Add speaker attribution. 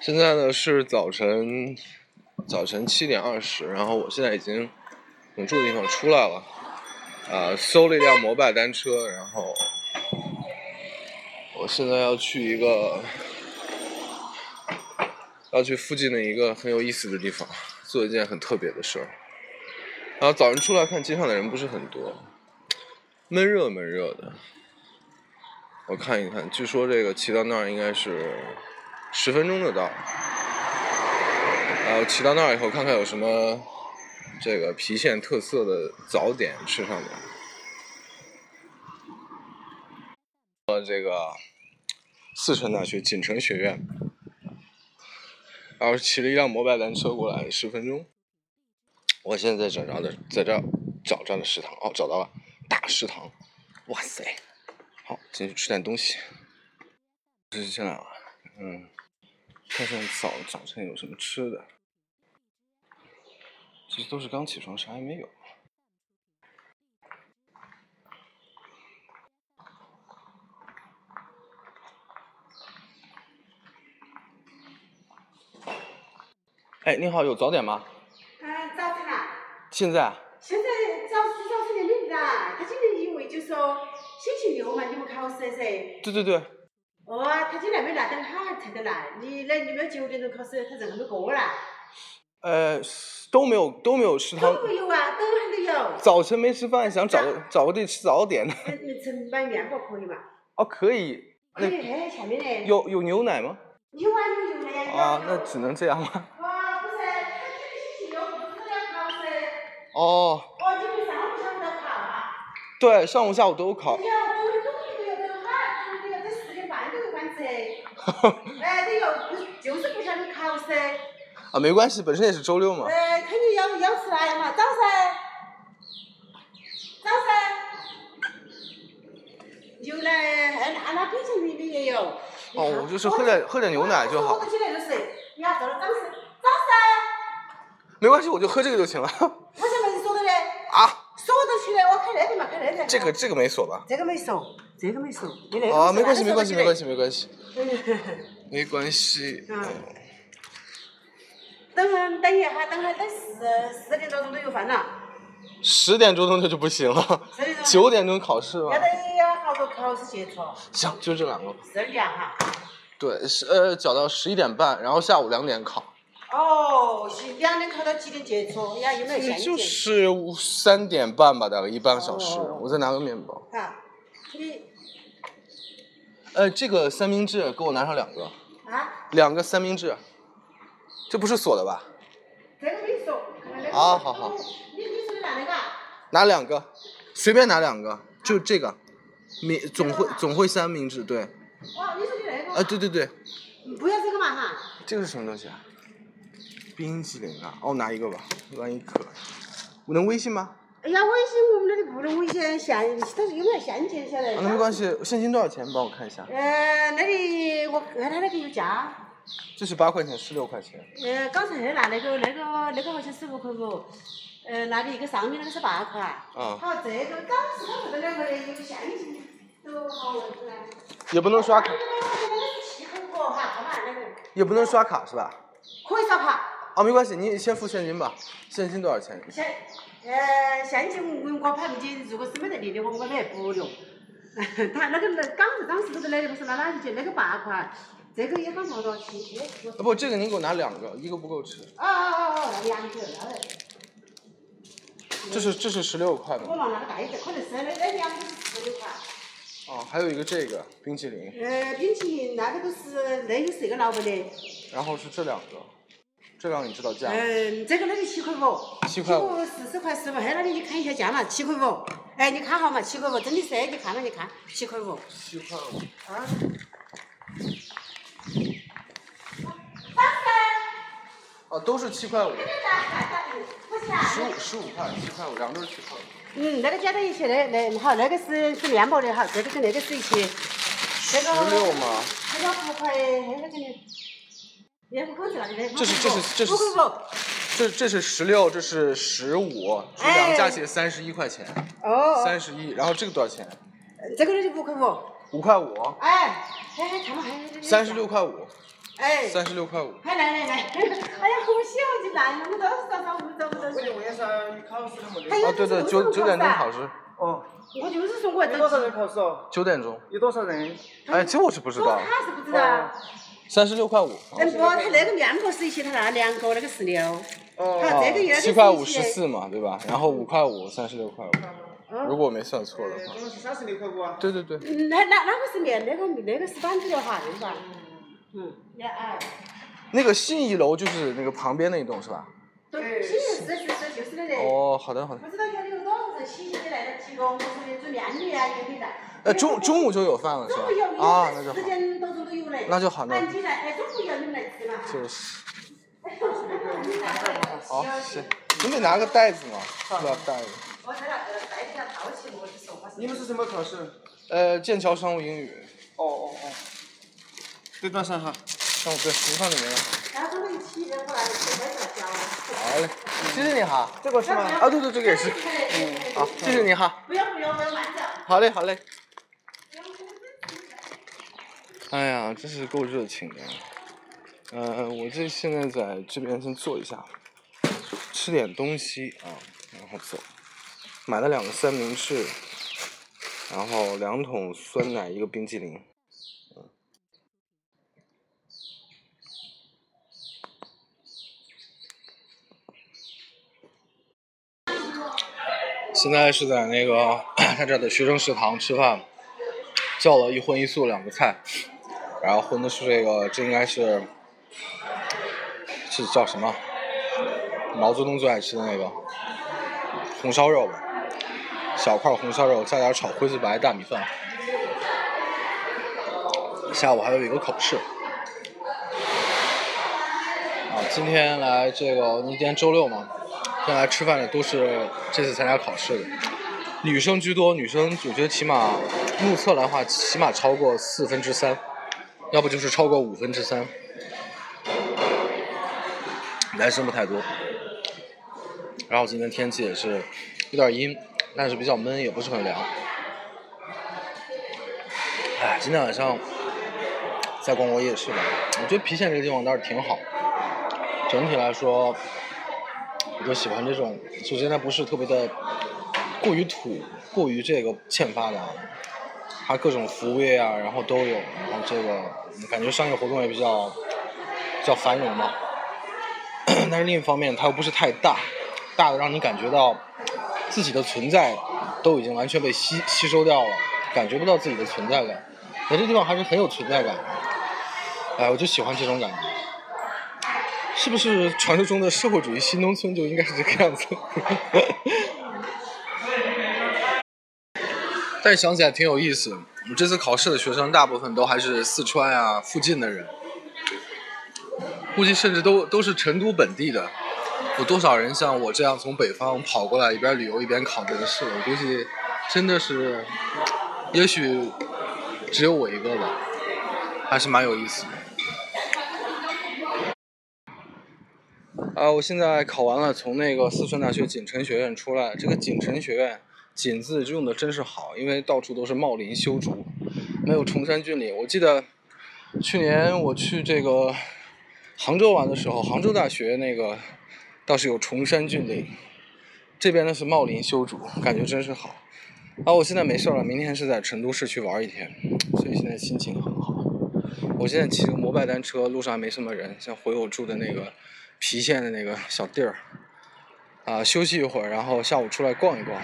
Speaker 1: 现在呢是早晨，早晨七点二十，然后我现在已经从住的地方出来了，啊、搜了一辆摩拜单车，然后我现在要去一个，要去附近的一个很有意思的地方，做一件很特别的事儿。然后早晨出来看街上的人不是很多，闷热闷热的。我看一看，据说这个骑到那儿应该是十分钟就到。然后骑到那儿以后，看看有什么这个郫县特色的早点吃上点。呃，这个四川大学锦城学院，然后骑了一辆摩拜单车过来，十分钟。我现在在找的，在这儿找这儿的食堂，哦，找到了大食堂，哇塞！好，进去吃点东西。这是进来了，嗯，看看早早晨有什么吃的。其实都是刚起床，啥也没有。哎，你好，有早点吗？
Speaker 2: 啊，早晨啊，
Speaker 1: 现在啊？
Speaker 2: 现在早市早晨的领导，他今天以为就说星期六嘛，你们考试噻。
Speaker 1: 对对对，
Speaker 2: 哦，他今天没来，等哈儿才得来。你那你们九点钟考试，他人还没过来。
Speaker 1: 呃，都没有都没有食堂
Speaker 2: 都，没有啊，都还得有。
Speaker 1: 早晨没吃饭，想找个找个地吃早点
Speaker 2: 那你盛碗面包可以嘛？
Speaker 1: 哦，可以。
Speaker 2: 可
Speaker 1: 那
Speaker 2: 以，哎，下面嘞。
Speaker 1: 有有牛奶吗？
Speaker 2: 有啊，有用的呀。有
Speaker 1: 啊，
Speaker 2: 有
Speaker 1: 那只能这样了。
Speaker 2: 哇，不是，他今天星期六不是要考试？
Speaker 1: 哦，
Speaker 2: 哦，你们上午下午要考啊？
Speaker 1: 对，上午下午都有考
Speaker 2: 哎。呀，都是中午都要等哈儿，都要等十点半都有班 车。哎，这有就是不想你考试，哎，
Speaker 1: 啊，没关系，本身也是周六嘛。
Speaker 2: 肯定要要吃来嘛，早噻，早噻。牛奶，哎，那那冰淇淋的也有。哦，
Speaker 1: 哦，我就是喝点喝点牛奶就好
Speaker 2: 我，起来就是，你看到了，早噻，早噻。
Speaker 1: 没关系，我就喝这个就行了。
Speaker 2: 我想跟你说的嘞，
Speaker 1: 啊，
Speaker 2: 说得起来，我看那边嘛，看那边。
Speaker 1: 这个这个没锁吧？
Speaker 2: 这个没收，这个没收，你那个
Speaker 1: 啊，没关系，没关系，没关
Speaker 2: 系。
Speaker 1: 系，没关系，
Speaker 2: 嗯
Speaker 1: 没关系。
Speaker 2: 嗯
Speaker 1: 哎
Speaker 2: 等等一下，等下等四四点多钟都有饭了。
Speaker 1: 呦十点钟钟这就不行了，
Speaker 2: 所以说
Speaker 1: 九点钟考试
Speaker 2: 要
Speaker 1: 了。
Speaker 2: 得要好多考试接触，
Speaker 1: 行，就这两个吧。
Speaker 2: 十二点哈。
Speaker 1: 对，是呃，讲到十一点半，然后下午两点考。
Speaker 2: 哦，是两点考到几点接触？呀，有没有限制？
Speaker 1: 就是五三点半吧，大概一半个小时。
Speaker 2: 哦
Speaker 1: 我再拿个面包。
Speaker 2: 啊，你
Speaker 1: 呃，这个三明治给我拿上两个，
Speaker 2: 啊，
Speaker 1: 两个三明治。这不是锁的吧？
Speaker 2: 这个没说。看看那个
Speaker 1: 啊好好。
Speaker 2: 你你说的哪那个啊？
Speaker 1: 拿两个，随便拿两个，就这个，明总会总会三明治，对，
Speaker 2: 哦，你说的那个。
Speaker 1: 啊，对。对对，
Speaker 2: 不要这个嘛哈。
Speaker 1: 这个是什么东西啊？冰激凌啊，哦，拿一个吧，万一渴。我能微信吗？
Speaker 2: 哎呀，微信我们那里不能微信限，它是有没有限制晓得？
Speaker 1: 啊，那没关系，现金多少钱？帮我看一下，
Speaker 2: 呃，那里我看他那个有价，
Speaker 1: 这是八块钱，十六块钱。
Speaker 2: 呃，刚才拿那个那个那个好像是五块五，呃，那里一个上面那个是八块。
Speaker 1: 啊，
Speaker 2: 好，这个当时他这个两个有现金都好问出来。
Speaker 1: 也不能刷卡，也不能刷卡是吧？
Speaker 2: 可以刷卡，
Speaker 1: 啊，没关系，你先付现金吧。现金多少钱？啊
Speaker 2: 现呃现金我我怕不紧，如果是没得力的，我我也不留。 他那个那刚是当时不是那个不是那那就那个八块，这个也很多多七七。
Speaker 1: 啊，不，这个您给我拿两个，一个不够吃。
Speaker 2: 哦哦哦哦，那个杨子，那个
Speaker 1: 这是这是十六块吗
Speaker 2: 我？拿那个袋子，可能是那那个杨子是十六块。
Speaker 1: 啊，还有一个这个冰淇淋，
Speaker 2: 呃，冰淇淋那个都是那个是一个老板的，
Speaker 1: 然后是这两个，这两个你知道价吗？
Speaker 2: 嗯，这个那个七块五，
Speaker 1: 七块五
Speaker 2: 四十块十五，哎，那里你看一下价嘛，七块五，哎，你看好嘛，七块五，真的是，哎，你看嘛，你看，七块五，
Speaker 1: 七块五。
Speaker 2: 啊，
Speaker 1: 啊，都是七块五，
Speaker 2: 不是
Speaker 1: 十
Speaker 2: 啊，
Speaker 1: 五十五块，七块五，两个都是七块五。
Speaker 2: 嗯，那个加在一起，那那好，那个是是面包的哈，这个跟那个是一起，这个
Speaker 1: 十六嘛，
Speaker 2: 这个五块，那个跟你，也不够是那个，
Speaker 1: 这是这是这是
Speaker 2: 五块五，
Speaker 1: 这这是十六，这是十五，这两个加
Speaker 2: 哎
Speaker 1: 起来三十一块钱，
Speaker 2: 哦，
Speaker 1: 三十一。然后这个多少钱？
Speaker 2: 这个那就五块五，
Speaker 1: 五块五，
Speaker 2: 哎，哎，看嘛，还
Speaker 1: 三十六，块五。
Speaker 2: 哎，
Speaker 1: 三十六块五。
Speaker 2: 哎来来来，哎呀，我喜欢就来了，我到时早上我找不到
Speaker 3: 我就
Speaker 2: 去。
Speaker 3: 问一下，你考试了没
Speaker 2: 哎
Speaker 3: 得？
Speaker 1: 啊，哦对对，九九点钟考试，
Speaker 3: 哦，
Speaker 2: 我就是说我
Speaker 3: 有多少人
Speaker 2: 这，
Speaker 3: 考试哦？
Speaker 1: 九点钟。
Speaker 3: 有多少人？
Speaker 1: 哎，这我是不知
Speaker 2: 我
Speaker 1: 道，
Speaker 2: 他是不知
Speaker 1: 哦
Speaker 2: 道。
Speaker 1: 三十六块五。啊
Speaker 2: 嗯，不，他那个面包是一些，他那两个那个是六。
Speaker 3: 哦，
Speaker 2: 啊这个也是
Speaker 1: 七块五
Speaker 2: 信息
Speaker 1: 十四嘛，对吧？然后五块五，三十六块五，如
Speaker 2: 嗯，
Speaker 1: 果我没算错的
Speaker 3: 呃
Speaker 1: 话。
Speaker 3: 总共是三十六块五啊。
Speaker 1: 对对对，
Speaker 2: 那那那个是面，那个那个是板子的哈，对吧？嗯，那哎，
Speaker 1: 那个信义楼就是那个旁边那一栋是吧？
Speaker 2: 都
Speaker 3: 对
Speaker 2: 是是是是就是那个。
Speaker 1: 哦，好的好的。
Speaker 2: 不知道家里有多少人喜欢来那提供，就是的煮面的呀，也可以的。哎
Speaker 1: 呃，中中午就有饭了是
Speaker 2: 中午有，
Speaker 1: 吧？啊，那就好
Speaker 2: 时，间到处都有嘞。
Speaker 1: 那就好那
Speaker 2: 俺进来，哎，中午有你们来吃嘛？哎
Speaker 1: 就是。
Speaker 2: 你来来
Speaker 1: 好，行，你得拿个袋子嘛，是吧？袋子。
Speaker 2: 我在那个带点淘气，我就说我
Speaker 3: 你们是什么考试？
Speaker 1: 呃，剑桥商务英语，
Speaker 3: 哦哦哦。这段上哈。
Speaker 1: 商务对，您放里面了。
Speaker 2: 然后我们一起，然后来去买点椒。
Speaker 1: 好嘞，谢谢你哈。
Speaker 3: 这个是吗？
Speaker 1: 啊，对对，这个也是。
Speaker 2: 嗯
Speaker 1: 好，谢谢你哈。
Speaker 2: 不要不要不要慢着。
Speaker 1: 好嘞，好嘞。哎呀，真是够热情的。呃，我这现在在这边先坐一下，吃点东西啊，然后走。买了两个三明治，然后两桶酸奶，一个冰激凌。现在是在那个 他这儿的学生食堂吃饭，叫了一荤一素两个菜，然后荤的是这个，这应该是是叫什么？毛泽东最爱吃的那个红烧肉吧，小块红烧肉加点炒灰丝白大米饭。下午还有一个考试。啊，今天来这个，因为今天周六嘛，今天来吃饭的都是这次参加考试的，女生居多，女生我觉得起码目测来话，起码超过四分之三，要不就是超过五分之三，男生不太多。然后今天天气也是有点阴，但是比较闷，也不是很凉。哎，今天晚上再逛逛夜市吧，我觉得郫县这个地方倒是挺好。整体来说，我就喜欢这种，首先它不是特别的过于土，过于这个欠发达，它各种服务业啊，然后都有，然后这个嗯感觉商业活动也比较比较繁荣嘛。 但是另一方面，它又不是太大，大的让你感觉到自己的存在都已经完全被吸吸收掉了，感觉不到自己的存在感。在这地方还是很有存在感的，哎，我就喜欢这种感觉。是不是传说中的社会主义新农村就应该是这个样子？ 但是想起来挺有意思。我们这次考试的学生大部分都还是四川啊附近的人，估计甚至都都是成都本地的。有多少人像我这样从北方跑过来，一边旅游一边考这个试？我估计真的是，也许只有我一个吧，还是蛮有意思的。啊，我现在考完了，从那个四川大学锦城学院出来。这个锦城学院“锦”字用的真是好，因为到处都是茂林修竹，没有崇山峻岭。我记得去年我去这个杭州玩的时候，杭州大学那个倒是有崇山峻岭，这边呢是茂林修竹，感觉真是好。啊，我现在没事儿了，明天是在成都市区玩一天，所以现在心情很好。我现在骑个摩拜单车，路上还没什么人，想回我住的那个郫县的那个小地儿，啊、休息一会儿，然后下午出来逛一逛。